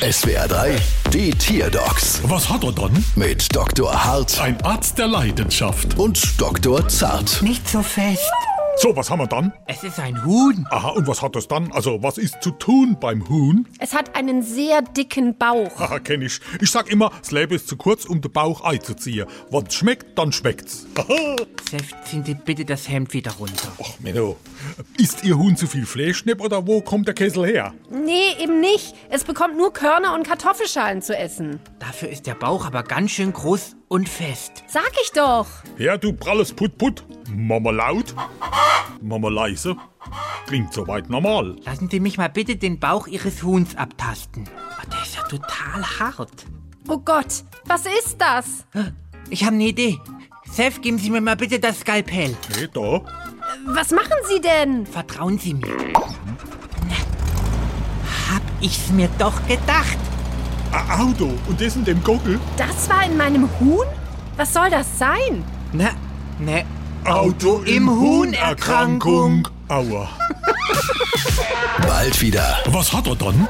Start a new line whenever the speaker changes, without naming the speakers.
SWR 3, die Tierdocs
Was hat er dann?
mit Dr. Hart
Ein Arzt der Leidenschaft.
und Dr. Zart.
Nicht so fest.
So, was haben wir dann?
Es ist ein Huhn.
Aha, und was hat es dann? Also, was ist zu tun beim Huhn?
Es hat einen sehr dicken Bauch.
Haha, kenn ich. Ich sag immer, das Leben ist zu kurz, um den Bauch einzuziehen. Wenn's schmeckt, dann schmeckt's. Haha.
Seft, ziehen Sie bitte das Hemd wieder runter.
Ach, Menno. Isst Ihr Huhn zu viel Fleischknepp oder wo kommt der Kessel her?
Nee, eben nicht. Es bekommt nur Körner und Kartoffelschalen zu essen.
Dafür ist der Bauch aber ganz schön groß und fest.
Sag ich doch.
Ja, du pralles Putt-Putt. Mama laut, Mama leise. Klingt soweit normal.
Lassen Sie mich mal bitte den Bauch Ihres Huhns abtasten. Oh, der ist ja total hart.
Oh Gott, was ist das?
Ich habe eine Idee. Seth, geben Sie mir mal bitte das Skalpell.
Nee, da.
Was machen Sie denn?
Vertrauen Sie mir. Na, Hab ich's mir doch gedacht.
Ein Auto und das in dem Gockel.
Das war in meinem Huhn? Was soll das sein?
Ne, ne.
Auto
im Huhnerkrankung.
Aua.
Bald wieder.
Was hat er dann?